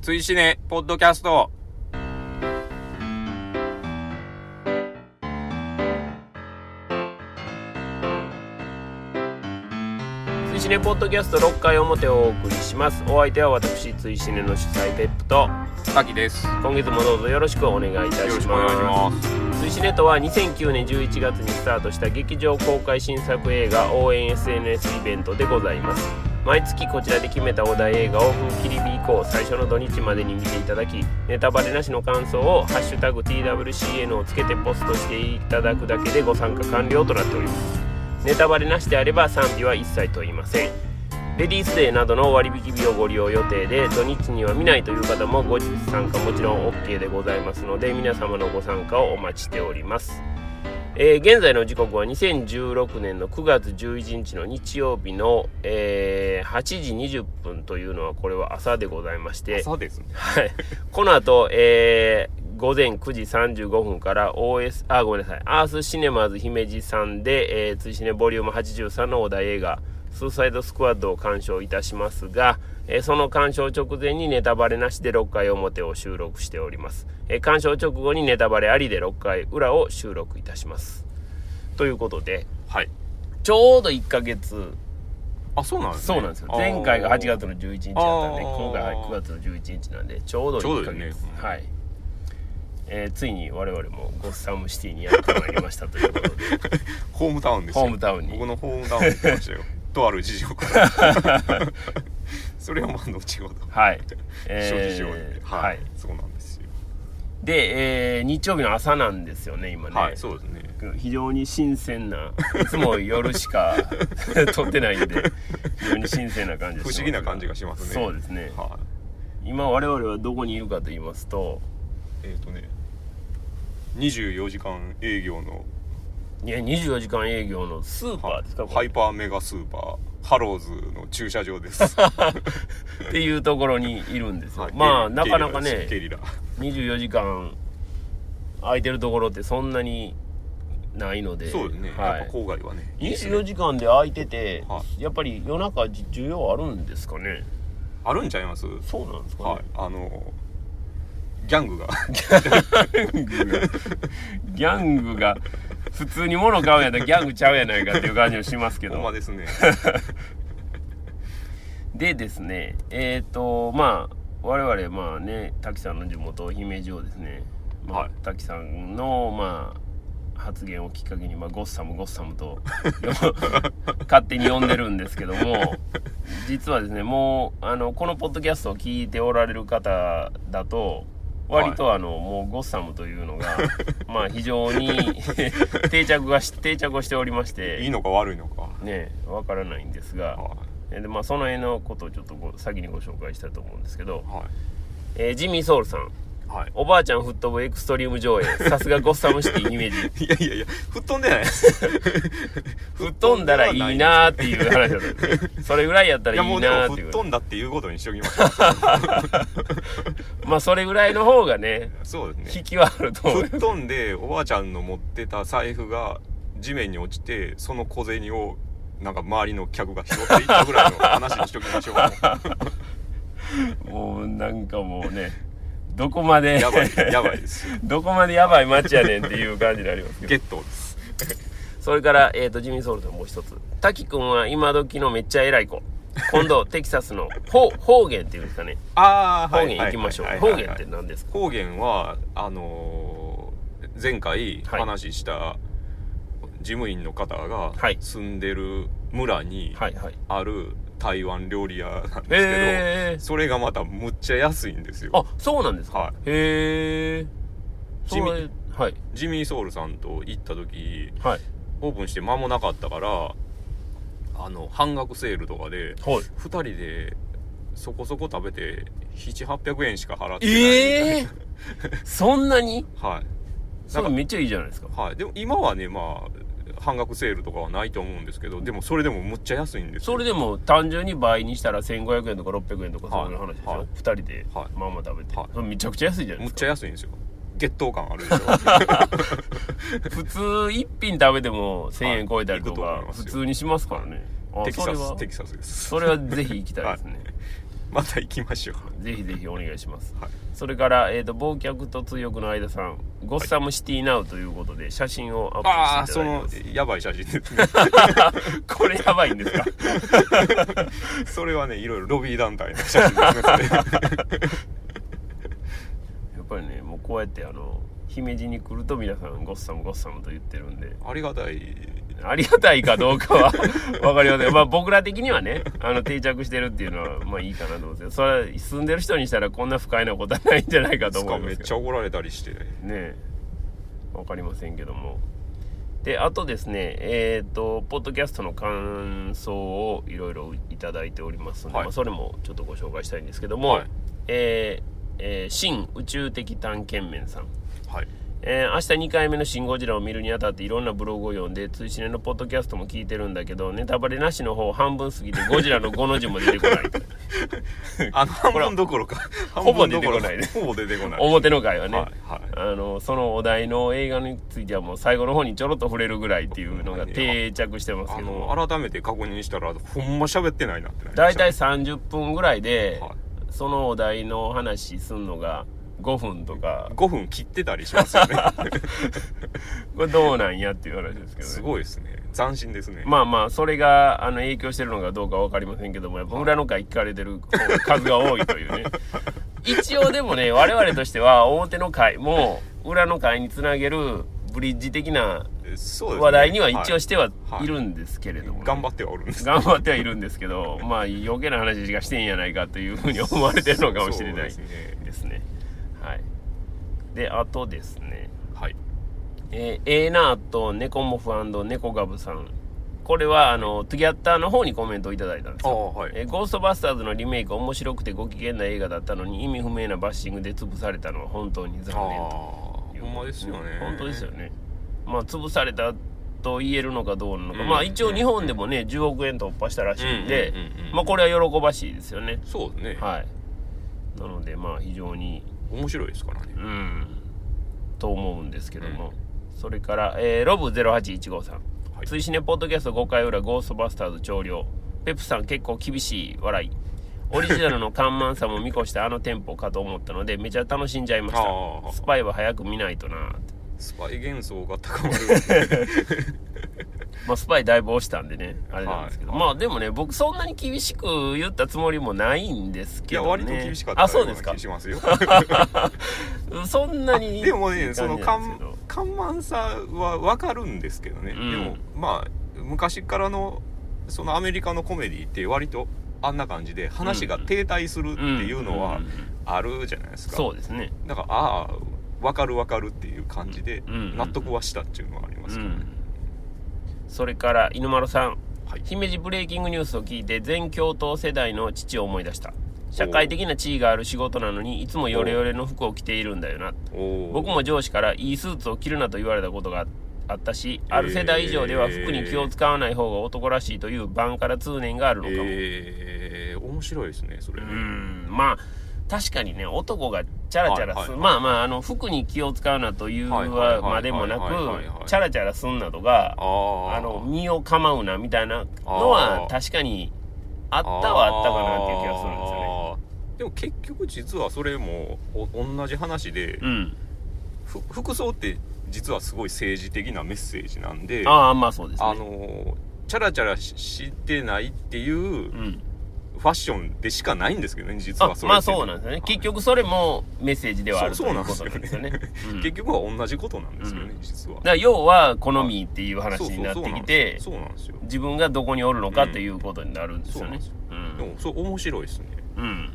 追試ねポッドキャスト追試ねポッドキャスト6回表をお送りしますお相手は私追試ねの主催ペップとさきですよ今月もどうぞよろしくお願いいたしろしくお願いしまますす追試ねとは2009年11月にスタートした劇場公開新作映画応援 SNS イベントでございます毎月こちらで決めたお題映画を踏切日以降最初の土日までに見ていただきネタバレなしの感想を「ハッシュタグ #TWCN」をつけてポストしていただくだけでご参加完了となっておりますネタバレなしであれば賛否は一切と言いませんレディースデーなどの割引日をご利用予定で土日には見ないという方も後日参加もちろん OK でございますので皆様のご参加をお待ちしております、えー現在の時刻は2016年の9月11日の日曜日の、えー8時20分というのはこれは朝でございまして朝ですねはい、この後、えー午前9時35分から OS、あ、ごめんなさい、アースシネマーズ姫路さんで、えー、追試ねボリューム83のお題映画、スーサイドスクワッドを鑑賞いたしますが、えーその鑑賞直前にネタバレなしで6回表を収録しております。えー鑑賞直後にネタバレありで6回裏を収録いたします。ということで、はいちょうど1ヶ月、あそうなんです、ね、そうなんですよ。前回が8月のの11日だったんで、あー今回は9月の11日なんで、ちょうどちょう1どヶいいね月。はい。えーついに我々もゴッサムシティにやってまいりましたということで、 ホームタウンですよホームタウンに僕。のホームタウンに行ってましたよとある事情から それはまあ後ほどはい。 諸え事情でーはい。そうなんですよで、えー日曜日の朝なんですよね、今ね。はいそうですね非常に新鮮な、いつも夜しか 撮ってないんで、非常に新鮮な感じ不です思議な感じがしますねそうですね。はい今我々はどこにいるかと言いますと、えっ、とね24時間営業のいや、24時間営業のスーパーですか、これハイパーメガスーパーハローズの駐車場です っていうところにいるんですよ、はいまあゲなリかなかねゲリラ24時間空いてるところってそんなにないのでそうですね、はやっいぱ、郊外はねいいですね24時間で空いてて、はやっぱり夜中需要あるんですかねあるんちゃいますはそうなんですかね、いあのギャング がギャングが普通に物買うんやったらギャングちゃうやないかっていう感じもしますけほんまどですねでですねえっ、とまあ我々まあね滝さんの地元姫路をですね、まあはい滝さんのまあ発言をきっかけに、まあ、ゴッサムゴッサ ムと呼ぶ勝手に呼んでるんですけども実はですねもうあのこのポッドキャストを聞いておられる方だと割とあの、もうゴッサムというのがまあ非 常に定着がし定着をしておりましていいのか悪いのか、ねわからないんですが、はえーでまあ、その辺のことをちょっとご先にご紹介したいと思うんですけどい、はえージミー・ソウルさんいはいおばあちゃん吹っ飛ぶエクストリーム上映さすがゴッサムシティイメージいやいやいや吹っ飛んでないです 吹っ飛んだらいいなーっていう話だったよねそれぐらいやったいらやいもいうでなーもっ吹ていっう飛んだっていうことにしときましょうまあそれぐらいの方がねそうですね引きはあると思う吹っ飛んでおばあちゃんの持ってた財布が地面に落ちてその小銭をなんか周りの客が拾っていったぐらいの話にしときま しょうもうなんかもうねどこまでやばいやばいですよ どこまでやばい街やねんっていう感じになりますけどゲットですそれから、えー、とジミー・ソウルさんもう一つ滝くんは今時のめっちゃ偉い子今度テキサスの方方言っていうんですかねああ方言行きましょう方言って何ですか方言はあのー前回はい話した事務員の方がはい住んでる村にはいはいある台湾料理屋なんですけど、へえそれがまたむっちゃ安いんですよあそうなんですか、はいへえジミーはいジミー・ソウルさんと行った時はいオープンして間もなかったからあの半額セールとかではい2人でそこそこ食べて7800円しか払ってないえ えそんなにはいそれめっちゃいいじゃないですかはい、でも今はねまあ半額セールとかはないと思うんですけどでもそれでもむっちゃ安いんですよそれでも単純に倍にしたら1500円とか600円とかそんな話でしょ、はいはい2人ではいまあまあ食べて、はいそれめちゃくちゃ安いじゃなむいでっすちかゃ安いんですよ月頭感あるでしょ普通1品食べても1000円超えたりとはいいくと思いかます普よ通にしますからね、あテキサそれはステキサスですそれはぜひ行きたいですね、また行きましょうぜひぜひお願いしますはいそれから、えー、と忘却と通訳の間さんゴッサムシティナウということで写真をああアップしてそいただいのてやばい写真です ねます これやばいんですかそれはねいろいろロビー団体の写 真ですねそれやっぱりねもうこうやってあの姫路に来ると皆さんゴッサムゴッサムと言ってるんでありがたいありがたいかどうかは わかりません。まあ僕ら的にはね、あの定着してるっていうのはまあいいかなと思うんですけど、それは住んでる人にしたらこんな不快なことはないんじゃないかとつ思かいまめっすけちど。ゃ怒られたりしてねえわかりませんけども。で、あとですね、えっ、と、ポッドキャストの感想をいろいろいただいておりますので、はいまあそれもちょっとご紹介したいんですけども、はいえーえー新宇宙的探検面さん。はいえー明日2回目の「シン・ゴジラ」を見るにあたっていろんなブログを読んで通信のポッドキャストも聞いてるんだけどネタバレなしの方半分過ぎてゴジラの5の字も出てこ ないあの半分どころかほぼ出てこない半分どころねかほぼ出てこない表の回はね、はいはいあのそのお題の映画についてはもう最後の方にちょろっと触れるぐらいっていうのが定着してますあけどもの改めて確認したらほんま喋ってないなってなりま大したね体30分ぐらいで、はいそのお題の話すんのが5分とか5分切ってたりしますよねこれどうなんやっていう話ですけどねすごいですね斬新ですね、まあまあそれがあの影響してるのかどうかわかりませんけどもやっぱ裏の会聞かれてる方が数が多いとい うね一応でもね我々としては表の会も裏の会につなげるブリッジ的なそうですね話題には一応いしてははいいるんですけれどもね、頑張ってはおるんです頑張ってはいるんですけどまあ余計な話しかしてんやないかというふうに思われてるのかもしれないそうですねですねはいであとですねはいえー、エーナーとネコモフネコガブさん。これは、あの、トゥギャッターの方にコメントをいただいたんですあよ。あはいえーゴーストバスターズのリメイク面白くてご機嫌な映画だったのに意味不明なバッシングで潰されたのは本当にあ残あ念というほんまですよね本当ですよねまあ潰されたと言えるのかどうなのか、うんまあ一応日本でもね10億円突破したらしいんで、うんうんうんうんまあこれは喜ばしいですよねそうですね、はいなのでまあ非常に面白いですからねうんと思うんですけども、それから、えーロブ0815さん、はい追試ねポッドキャスト5回裏ゴーストバスターズ長領ペプさん結構厳しい笑いオリジナルの緩慢さも見越してあのテンポかと思ったのでめちゃ楽しんじゃいまし あーたスパイは早く見ないとなーってスパイ幻想が高まる まあ、スパイだいぶ押したんでねあれなんですけど、はいまあでもね僕そんなに厳しく言ったつもりもないんですいけど、や割ね、と厳しかったあそうですようかな気しますよそんな にでもいねい感そじなんのです緩けど緩慢さは分かるんですけどね、うんでもまあ昔からのそのアメリカのコメディって割とあんな感じで話が停滞するっていうのはうんうんうんあるじゃないですか、そうですねだからああ分かる分かるっていう感じでうんうん納得はしたっていうのはありますけどね、それから犬丸さんはい姫路ブレイキングニュースを聞いて全教頭世代の父を思い出した社会的な地位がある仕事なのにいつもヨレヨレの服を着ているんだよなおー僕も上司からいいスーツを着るなと言われたことがあったしーある世代以上では服に気を使わない方が男らしいというバンカラ通念があるのかも、えー、面白いですねそれうね、んまあ確かにね男がチャラチャはラする、いはいはいまあまああの服に気を使うなというはいはいはいははいまでもなくはいはいはいチャラチャラすんなとかあああの身を構うなみたいなのはあー確かにあったはあったかなっていう気がするんですよね。あーでも結局実はそれもお同じ話で、うん、ふ服装って実はすごい政治的なメッセージなんでああまあそうですね。あのーチャラチャラししてないっていううフん、ァッショョンでしかないんですけどね実あはそれってまあそうなんですよね。結局それもメッセージではあるそとういそうなうんこですとよなねんですよね。う ん結局は同じことなんですよね、うん実はだから要は好みっていう話そうそうになってきそうなんでてすよそうなんですよ自分がどこにおるのかということになるんですよね。うでんもそう面白いですねうん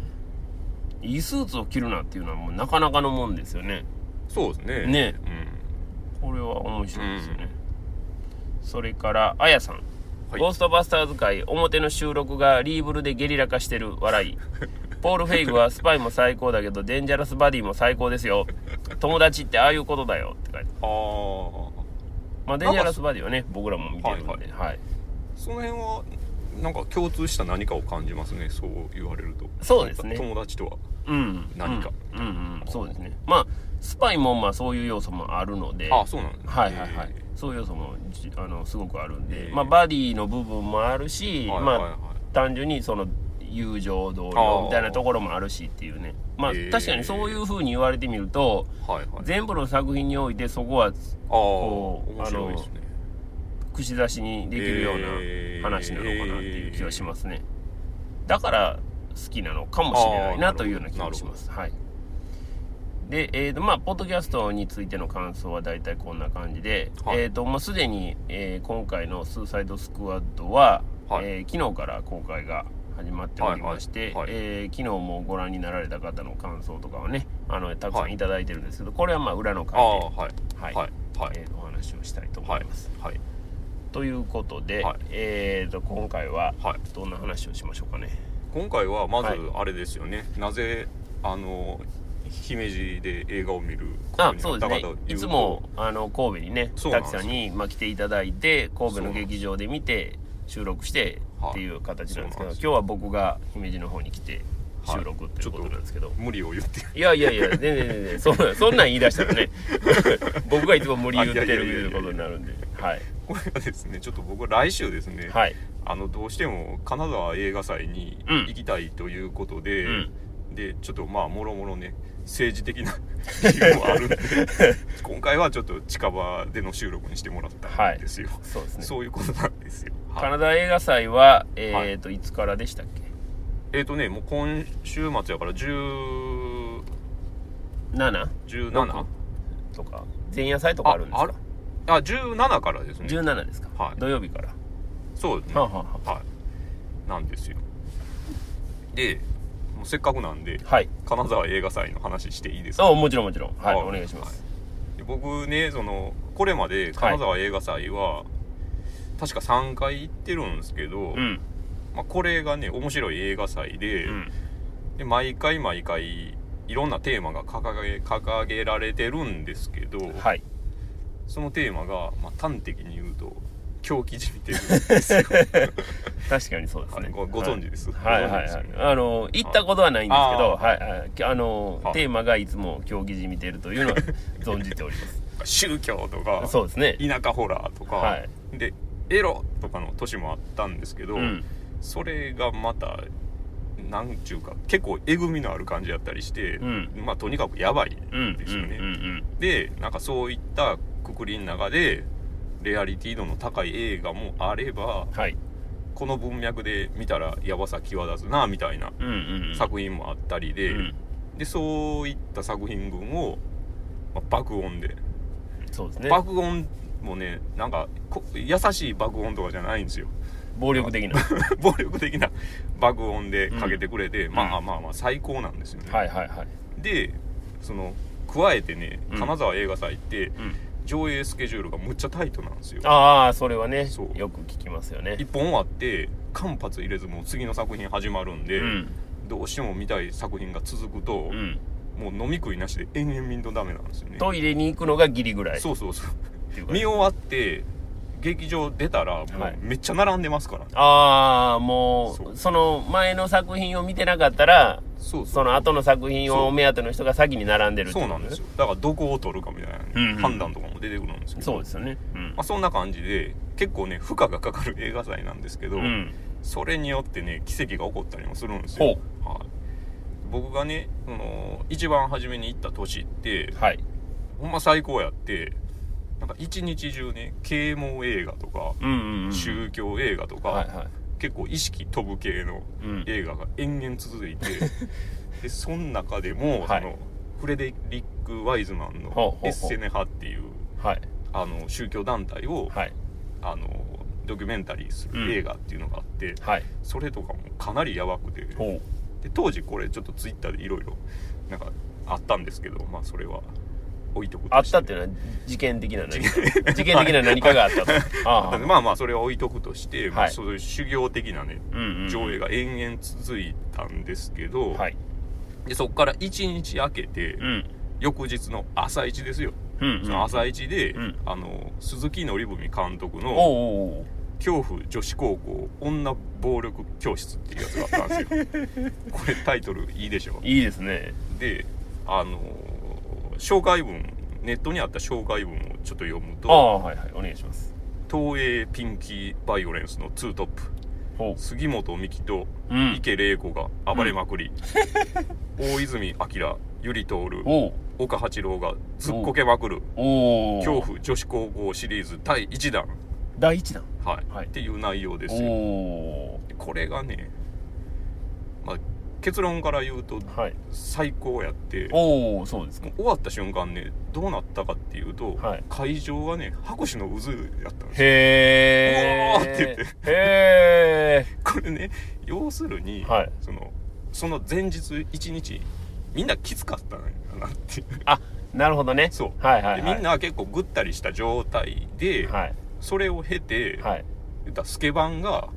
いいスーツを着るなっていうのはもうなかなかのもんですよね。そうですねねこれは面白いですよね、それからあやさん、はいゴーストバスターズ界表の収録がリーブルでゲリラ化してる笑 いポール・フェイグはスパイも最高だけどデンジャラスバディも最高ですよ友達ってああいうことだよって書いてあるうんああまあデンジャラスバディはね僕らも見てるんで、ははいいその辺はなんか共通した何かを感じますねそう言われるとそうですね友達とはうん何かうん、うんうんそうですねまあスパイもまあそういう要素もあるのであそうなんですねはいはいはいえ、そういう要素もじあのすごくあるんで、えーまあ、バディの部分もあるし、ーはいまはあいはい単純にその友情同あ僚ーみたいなところもあるしっていうねまあ、へー確かにそういうふうに言われてみるとはいはい全部の作品においてそこはああ面あの白いですね串刺しにできるような話なのかなっていう気はしますね、だから好きなのかもしれないあなーというような気もしますはいで、えーとまあ、ポッドキャストについての感想は大体こんな感じで、はいえーともうすでに、えー今回の「スーサイドスクワッドは」はいえー昨日から公開が始まっておりましはて、いはいはいえー昨日もご覧になられた方の感想とかはねあのたくさんいただいてるんですけど、これはまあ裏のああ回はいで、はいはいはいえーお話をしたいと思はいいます、はいということで、はいえー、と今回ははいどんな話をしましょうかね今回はまずはいあれですよね、なぜあの姫路で映画を見ることあになそうっでたすかといねうといつもあの神戸にねそうなん滝ですよさんに、まあ、来ていただいて神そ戸うなのんです劇場で見て収録してはいっていう形なんですそうけどなん今です日は僕が姫路の方に来てはい収録ということなんですけど、無理を言っていやい やいや、全然全然、そんな、そんなん言い出したらね、僕がいつも無理言ってるということになるんで、はい。これがですねちょっと僕来週ですね、はい。あのどうしても金沢映画祭にうん行きたいということで、うんでちょっとまあもろもろね政治的な 理由もあるんで今回はちょっと近場での収録にしてもらったんですよ、そうですね。そういうことなんですよ、はいカナダ映画祭は、えっ、と、いつからでしたっけえっ、とねもう今週末やから10 ?7? 17とか前夜祭とかあるんですあかあ17からですね17ですか、はい土曜日から、そうですねはあはあははいなんですよでもうせっかくなんであはい金沢映画祭の話していいですかあもちろんもちろんはいはいお願いしますで僕ねそのこれまで金沢映画祭は、確か3回行ってるんですけど、うんまあ、これがね面白い映画祭で,、うんで毎回毎回いろんなテーマが掲げ掲げられてるんですけど、はいそのテーマが、まあ、端的に言うと狂気じみ てる確かにそうですねあごご存知ですはいはいご存は知でいすはよいねあの行ったことはないんですけどあはいはいきあのはいテーマがいつも競技じみてるとい うのは存じており宗教とまかすそうですね田舎ホラーとか、はでエロとかの年もあったんですけど、うんそれがまたなんちゅうか結構えぐみのある感じやったりして、うんまあとにかくやばいうんですよね、うんうんでなんかそういったくくりの中でレアリティ度の高い映画もあればうんはいこの文脈で見たらやばさ際立つなみたいなうんうんうん作品もあったりで,、うんでそういった作品群を、まあ爆音で、そうですね爆音もねなんかこ優しい爆音とかじゃないんですよ 暴力的なは暴力的な爆音でかけてくれて、んまあまあまあ最高なんですよね、いはいはいでその加えてねうん金沢映画祭ってうん上映スケジュールがむっちゃタイトなんですよ、ああそれはねそうよく聞きますよね一本終わって間髪入れずもう次の作品始まるんで、うんどうしても見たい作品が続くとう、んもう飲み食いなしで延々見んとダメなんですよねトイレに行くのがギリぐらいそうそうそうっていうか見終わって劇場出たらもうはいめっちゃ並んでますから、ねああもそううその前の作品を見てなかったらそうそうその後の作品そうを目当ての人が先に並んでるってそこうとなんですよだからどこを取るかみたいなね、うんうん判断とかも出てくるんですけどそうですよねうんまあ、そんな感じで結構ね負荷がかかる映画祭なんですけど、うんそれによってね奇跡が起こったりもするんですほよ、はい、僕がねその一番初めに行った年ってはいほんま最高やってなんか一日中ね啓蒙映画とかうんうんうん宗教映画とか、はいは結構意識飛ぶ系のいうん映画が延々続い てでその中でも、はいそのフレデリック・ワイズマンほうほうのほ「うエッセネ派」っていうはいあの宗教団体を、はいあのドキュメンタリーすうんる映画っていうのがあって、はいそれとかもかなりやばくてでほ当時これちょっとツイッターでいろいろなんかあったんですけどまあそれは置いとくあとっしてたっていうのは事件的な何か事件的な何かがあったとああまあまあそれは置いとくとして、まはあ、いそういう修行的なねうんうん上映が延々続いたんですけど、はいでそこから1日空けて、うん翌日の朝一ですよ、うんその朝一で、うんあの鈴木紀文監督おのおうおう「恐怖女子高校女暴力教室」っていうやつがあったんですよ これタイトルいいでしょおういいですねであの紹介文ネットにあった紹介文をちょっと読むあとあはいはいお願いします「東映ピンキーバイオレンスのツートップ」ほ杉本美希とううん池玲子が暴れまくり、大泉明ゆりとおるおう岡八郎がずっこけまくるおお恐怖女子高校シリーズ第1弾、第一弾はいはいっていう内容ですおよおこれがね、まあ、結論から言うとはい最高やってもおおそうですかう終わった瞬間ねどうなったかっていうと、はい会場はね拍手の渦やったんですよへおーって言ってえへこれね要するに、え はいそのその前日一日みんなきつかったんやなっていうなるほどねそうはいはでいはいみんな結構ぐったりした状態で、はいそれを経て、はい言ったらスケバンが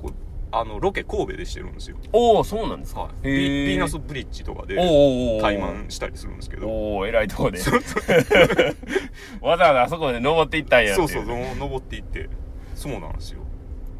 こうあのロケ神戸でしてるんですよ、おおそうなんですかはい、へビえビーナスブリッジとかでおー対マンしたりするんですけどおお偉いとこで わざわざあそこまで登っていったんやってそいうそうの登っていってそうなんですよ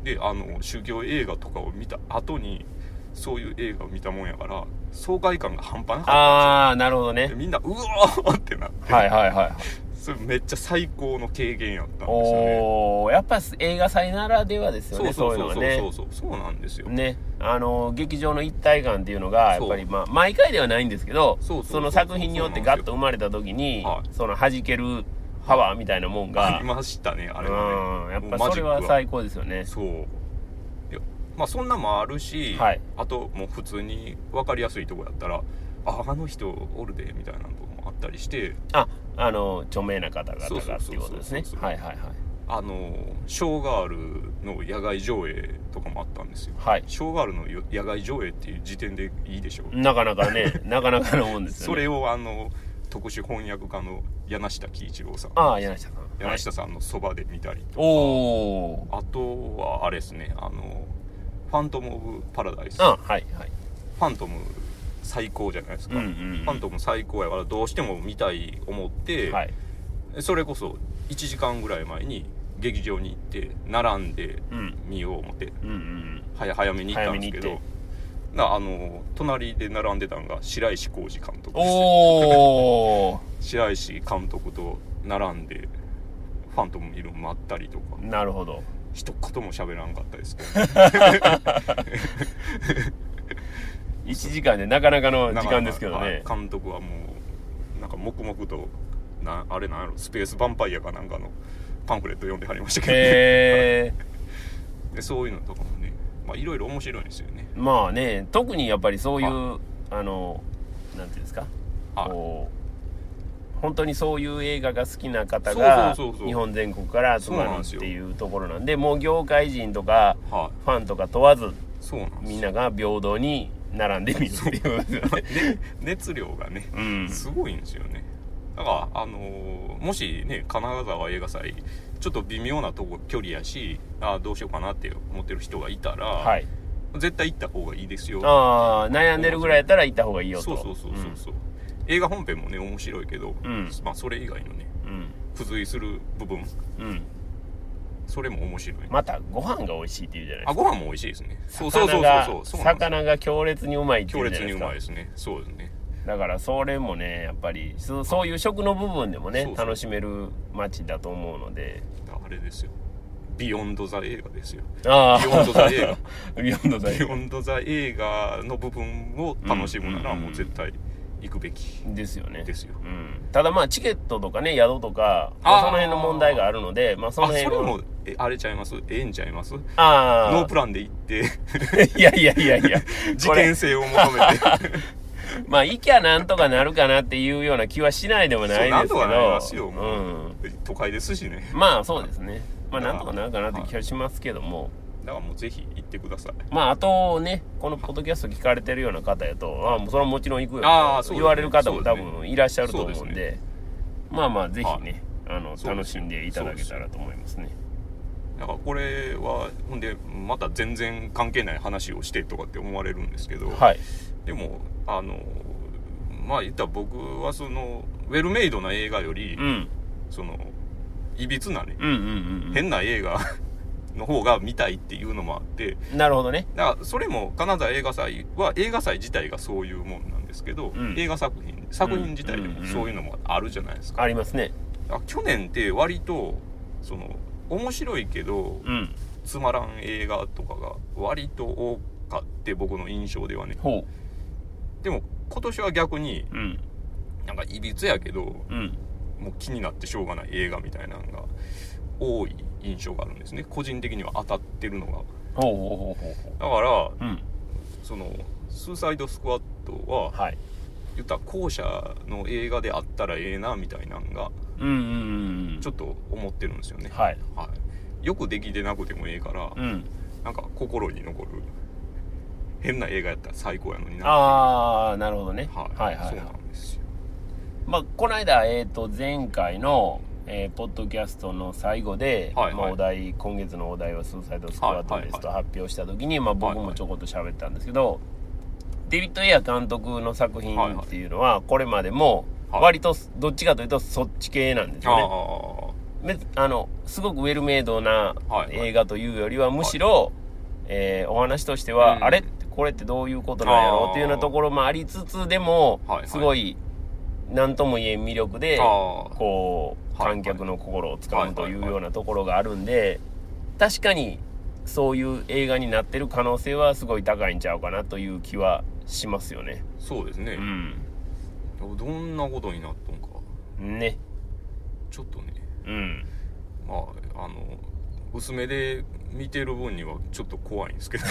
であの修行映画とかを見た後にそういう映画を見たもんやから爽快感が半端なかっああなるほどたんですよでねみんなうわーってなって、はい はいはいそれめっちゃ最高の経験やったんですよねおおやっぱ映画祭ならではですよそうねそそうういうのそうがそうそねうそうそうなんですよ、ねあの劇場の一体感っていうのがやっぱりそまあ毎回ではないんですけどそうそうそうその作品によってガッと生まれた時にはいその弾けるパワーみたいなもんあがりましたねあれうんはねやっぱもうマそジれッはク最高ですよねそういやまあそんなんもあるし、はいあともう普通に分かりやすいとこやったらああの人おるでみたいなのもあったりしてああの著名な方々がっていうことですねそうそうそうそうはいはいはいあのショーガールの野外上映とかもあったんですよはいショーガールのよ野外上映っていう時点でいいでしょう、なかな かねなかなかのもんですよねそれをあの特殊翻訳家の柳下喜一郎さんああ柳下さん柳下さんのそばで見たりとか、はい、おおあとはあれですねあの「ファントム・オブ・パラダイス」あはいはいファントム最高じゃないですか、うんうんうんファントム最高やからどうしても見たい思って、はいそれこそ1時間ぐらい前に劇場に行って並んでうん見よう思ってうんうん早早めに行ったんですけ早めどになあの隣で並んでたのが白石浩二監督ですお お白石監督と並んでファントム見るの待ったりとかなるほど一言も喋らんかったですけど、 1時間でなかなかの 時間ですけどはいね監督はもうなんか黙々となあれなんやろスペースヴァンパイアかなんかのパンフレット読んではりましたけど、ねへえでそういうのとかもねまあいろいろ面白いんですよねまあね特にやっぱりそういうはあのなんていうんですかあこう本当にそういう映画が好きな方がそうそうそうそう日本全国から集まそうなんるですっよていうところなんでもう業界人とかはいファンとか問わずそうなんですみ んよなが平等に並んでみるっ ていうことですよねで熱量がねうんすごいんですよねだからあのーもしね神奈川映画祭ちょっと微妙なとこ距離やしあーどうしようかなって思ってる人がいたら、はい絶対行った方がいいですよああ悩んでるぐらいやったら行った方がいいよとそうそうそうそうそう、映画本編もね面白いけど、うんまあそれ以外のねうん付随する部分うん、うんそれも面白い、またご飯が美味しいって言うじゃないであご飯も美味しいですねすかそうそうそうそうそうそうなんですよ魚が強烈にうまいって言強うじゃ烈ないにでうすまいかですねそうですねだからそれもねやっぱりそそういう食の部分でもねそうそう楽しめる街だと思うのであれですよビヨンド・ザ・映画ですよあビヨンド・ザ・映あビヨンド画大ビヨンド・ザ・映画の部分を楽しむならうんうんうんもう絶対行くべきですよねですようん、ただまあチケットとかね宿とかまああーその辺の問題があるのでまあそのあそ辺れはもえあれちゃいますええんちゃいますノあーープランで行って いやいやいやいや 事件性を求めてこれまあいきゃなんとかなるかなっていうような気はしないでもないですけどそうなんとかなりますようもん、都会ですしねまあそうですねまあだなんとかなるかなって気はしますけども、だからもうぜひ行ってくださいまああとねこのポッドキャスト聞かれてるような方やとあもうそれはもちろん行くよあーそうですね言われる方もそ多うですね分いらっしゃると思うんそでうでまあまあぜひね、あのそうですね楽しんでいただけたらと思いますねなんかこれはほんでまた全然関係ない話をしてとかって思われるんですけど、はいでもあのまあ言ったら僕はそのウェルメイドな映画より、うんそのいびつなね、うんうんうん変な映画 の方が見たいっていうのもあってうんなるほどねだからそれも金沢映画祭は映画祭自体がそういうもんなんですけど、うん映画作品作品自体でもそういうのもあるじゃないですか。ありますねだから去年って割とその面白いけど、うんつまらん映画とかが割と多かって僕の印象ではねほでも今年は逆にううんなんかいびつやけどうんもう気になってしょうがない映画みたいなのが多い印象があるんですね個人的には当たってるのがほうほうほうほうほだからううんそのスーサイドスクワットははい言ったら後者の映画であったらええなみたいなのがうんうんうんちょっと思ってるんですよね、はいはい、よくできてなくてもええから、うんなんか心に残る変な映画やったら最高やのになああなるほどね、はい、はいはいそうはいなんですよまあこの間、えー、と前回の、えーポッドキャストの最後で、はいはいまあ、お題今月のお題は「スーサイドスクワットです」とは発表した時に、まあ、僕はいもはいちょこっと喋ったんですけど、デビッド・エア監督の作品っていうのはこれまでもはい割とどっちかというとそっち系なんですああよね。めあのすごくウェルメイドなはいはい映画というよりはむしろ、えーお話としては、うんあれこれってどういうことなんやろうっていうようなところもありつつでも、はいはいすごい何とも言えん魅力でああこうはいはい観客の心をつかむとはいういはいはいようなところがあるんで確かにそういう映画になってる可能性はすごい高いんちゃうかなという気はしますよね。そうですねう、ん、どんなことになっとんかね。ちょっとねうん、まああの薄めで見てる分にはちょっと怖いんですけど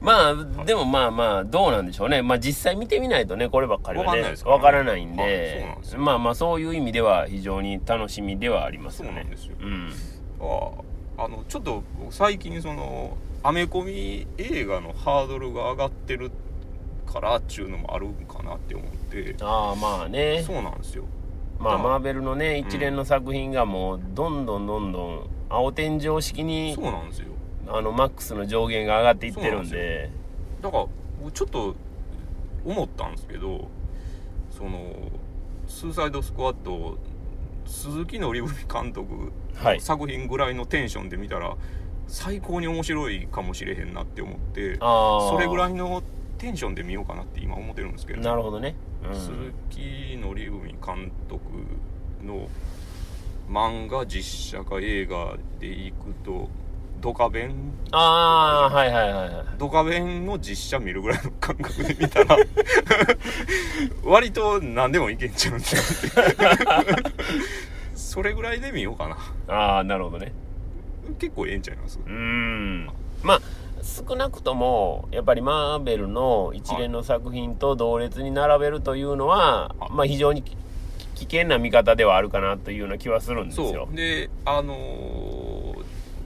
まあでもまあまあどうなんでしょうね、まあ、実際見てみないとねこればっかりはねわかんないですからねわからないはんいそうでなんですよまあまあそういう意味では非常に楽しみではありますそうよなんねですようんああのちょっと僕最近そのアメコミ映画のハードルが上がってるからっちゅうのもあるんかなって思ってああまあねそうなんですよまあうんマーベルのねうん一連の作品がもうどんどんどんどん青天井式にそうなんですよあのマックスの上限が上がっていってるんでだから僕ちょっと思ったんですけどそのスーサイドスクワット鈴木紀文監督はい作品ぐらいのテンションで見たら最高に面白いかもしれへんなって思ってああそれぐらいいのテンションで見ようかなって今思ってるんですけどなるほどね、うん鈴木のり文監督の漫画実写化映画でいくとドカベンああはいはいはいはいドカベンの実写見るぐらいの感覚で見た ら割と何でもいけんちゃうんちゃうってそれぐらいで見ようかなああなるほどね結構ええんちゃいますうーんまあ少なくともやっぱりマーベルの一連の作品と同列に並べるというのは、はいまあ非常にき危険な見方ではあるかなというような気はするんですそよう。であのー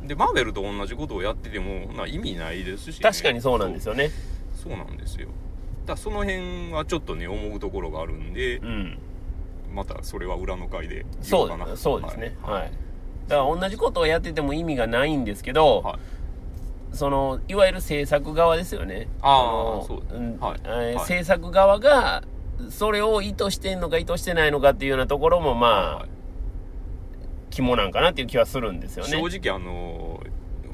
でマーベルと同じことをやっててもな意味ないですしね、確かにそうなんですよね。そうなんですよだからその辺はちょっとね思うところがあるんでうん。またそれは裏の回で言おそうかなうそうですね。はい。いだから同じことをやってても意味がないんですけど、はいそのいわゆる制作側ですよね。あーのそうですんはいえーはい制作側がそれを意図してんのか意図してないのかっていうようなところもまあ、はい肝なんかなっていう気はするんですよね。正直あの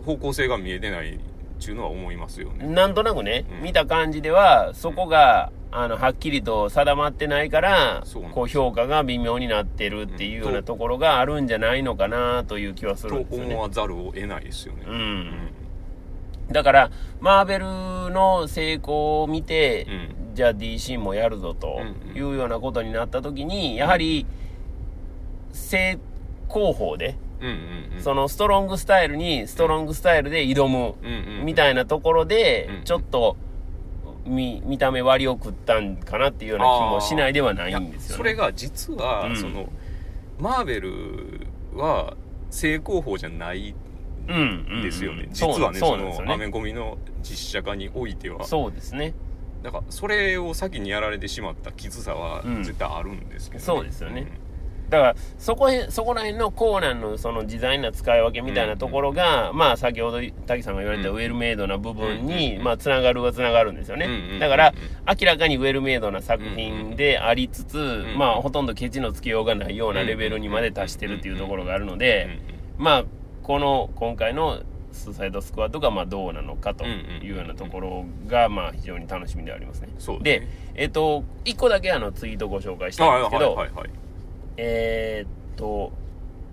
ー方向性が見えてないっていうのは思いますよねなんとなくね、うん見た感じではそこが、あのはっきりと定まってないからそうなんですこう評価が微妙になってるっていうようなところがあるんじゃないのかなという気はすとるんですよ思ね。わざるを得ないですよねう、うんんだからマーベルの成功を見て、うじゃあ DC もやるぞとうんうんいうようなことになった時にやはり正攻法で、うんうんうんそのストロングスタイルにストロングスタイルで挑む。うんうんうんみたいなところでうん、ちょっと見見た目割を食ったんかなっていうような気もしないではないいやんですよね。それが実は、うんそのマーベルは正攻法じゃないうんうんうんですよね、実そうはねそそうなんですよのアメね。コミの実写化においてはそうですね。だからそれを先にやられてしまったきつさはうん絶対あるんですけど、そうですよねだからそこへそこら辺のコーナーのその自在な使い分けみたいなところが、まあ先ほど滝さんが言われたうウんェルメイドな部分に、うんうんまあつながるはつながるんですよね、うんうんうんだから明らかにウェルメイドな作品でありつつ、んまあほとんどケチのつけようがないようなレベルにまで達してるっていうところがあるので、うんうんまあこの今回の「スーサイドスクワット」がまあどうなのかとうんうんいうようなところがまあ非常に楽しみではありますね。そうでですね、えっと1個だけあのツイートご紹介したはいんですはけいど、はいはいえーっと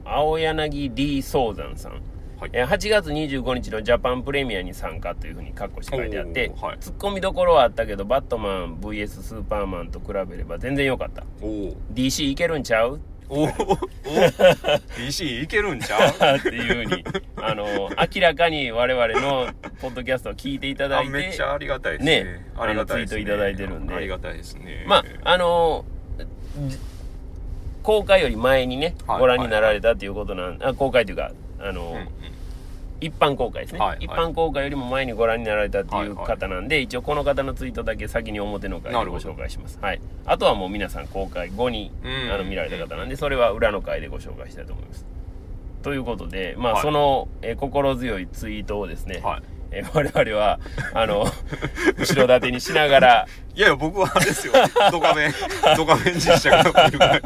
青柳 D 宗山さんはいえー8月25日のジャパンプレミアに参加というふうに括弧して書いてあって、おーはいツッコミどころはあったけどバットマン VS スーパーマンと比べれば全然良かったおお DC いけるんちゃうおお DC いけるんちゃうってい うふうにあの明らかに我々のポッドキャストを聞いていただあいてめっちゃありがたいですねねありがたいです、ね、あのツイートいただいてるんでありがたいですねまああのじ公開より前にね、はいご覧になられたということなんあ公開というかあの、うんうん一般公開ですね、はいはい一般公開よりも前にご覧になられたっていうはいはい方なんで、一応この方のツイートだけ先に表の回でなるごほど紹介します、はい、あとはもう皆さん公開後に、うんあの見られた方なんでそれは裏の回でご紹介したいと思いますということで、まあはいその、えー心強いツイートをですね、はいえー 我々はあの 後ろ盾にしながらいやいや僕はあれです よドカベンドカベン実写化っていうぐらい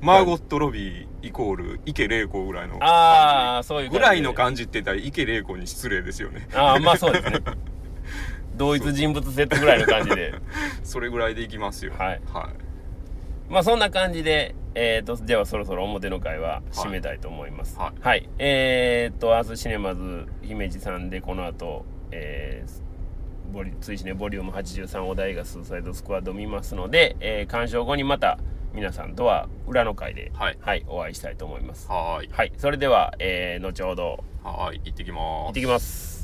マーゴット・ロビーイコール池玲子ぐらいのああそういうぐらいの感感じって言ったら池玲子に失礼ですよねじでああまあそうですね同一人物セットぐらいの感じでそれぐらいでいきますよはいはまあそんな感じで、えー、とではそろそろ表の会は締めたいと思いますはいえー、と明日シネマズ姫路さんでこの後、えーボリ追試ねボリューム83お題がスーサイドスクワッド見ますので、えー鑑賞後にまた皆さんとは裏の会で、はいお会いしたいと思いますはーいはいそれでは、えー後ほどはーい行ってきま行すってきます